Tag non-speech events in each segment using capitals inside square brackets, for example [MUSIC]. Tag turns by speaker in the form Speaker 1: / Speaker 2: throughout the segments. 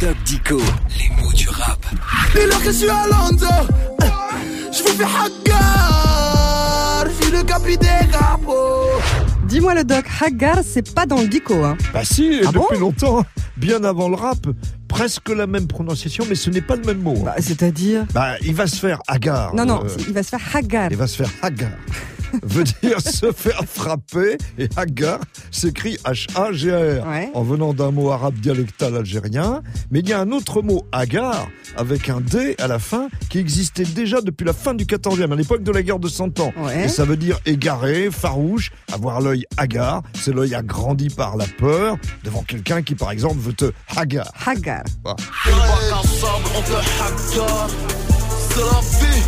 Speaker 1: Top Dico, les mots du rap.
Speaker 2: Dès lors que je suis à Londres, je vous fais hagar. Je suis le capi des capos.
Speaker 3: Dis-moi le doc, Hagar, c'est pas dans le dico, hein.
Speaker 4: Bah si,
Speaker 3: Ah
Speaker 4: depuis
Speaker 3: bon
Speaker 4: longtemps, bien avant le rap, presque la même prononciation, mais ce n'est pas le même mot. Bah,
Speaker 3: Bah, c'est-à-dire
Speaker 4: il va se faire hagar.
Speaker 3: Non, non,
Speaker 4: euh,
Speaker 3: c'est- il va se faire Hagar.
Speaker 4: il va se faire
Speaker 3: [LAUGHS]
Speaker 4: hagar. veut dire se faire frapper et hagar s'écrit H-A-G-A-R
Speaker 3: Ouais.
Speaker 4: en venant d'un mot arabe dialectal algérien mais il y a un autre mot hagar avec un D à la fin qui existait déjà depuis la fin du 14e à l'époque de la guerre de 100 ans
Speaker 3: Ouais.
Speaker 4: et ça veut dire égaré, farouche avoir l'œil hagar c'est l'œil agrandi par la peur devant quelqu'un qui par exemple veut te hagar
Speaker 3: Hagar.
Speaker 2: ensemble, on te hagar. C'est la vie.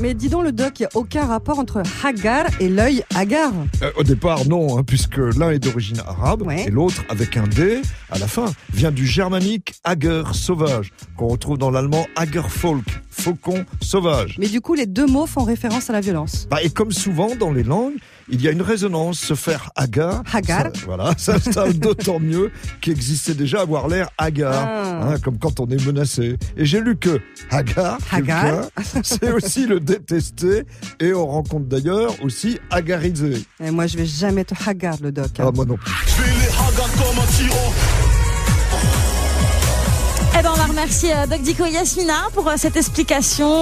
Speaker 3: Mais dis donc, le doc, il n'y a aucun rapport entre Hagar et l'œil Hagar.
Speaker 4: Euh, au départ, non, hein, puisque l'un est d'origine arabe
Speaker 3: Ouais.
Speaker 4: et l'autre, avec un D, à la fin, vient du germanique Hager sauvage, qu'on retrouve dans l'allemand Hagerfolk, faucon sauvage.
Speaker 3: Mais du coup, les deux mots font référence à la violence.
Speaker 4: Bah, et comme souvent dans les langues, il y a une résonance, se faire hagar.
Speaker 3: Hagar.
Speaker 4: Ça, voilà, [LAUGHS] ça s'installe d'autant mieux qu'existait déjà avoir l'air hagar,
Speaker 3: Ah.
Speaker 4: hein, comme quand on est menacé. Et j'ai lu que hagar,
Speaker 3: Hagar.
Speaker 4: quelqu'un, c'est aussi le détester, et on rencontre d'ailleurs aussi hagarisé.
Speaker 3: Et moi, je vais jamais te Hagar, le doc. hein.
Speaker 4: Ah, moi non.
Speaker 2: Je vais les hagar comme un tyran.
Speaker 5: Eh ben, on va remercier euh, Doc Dico Yasmina pour euh, cette explication.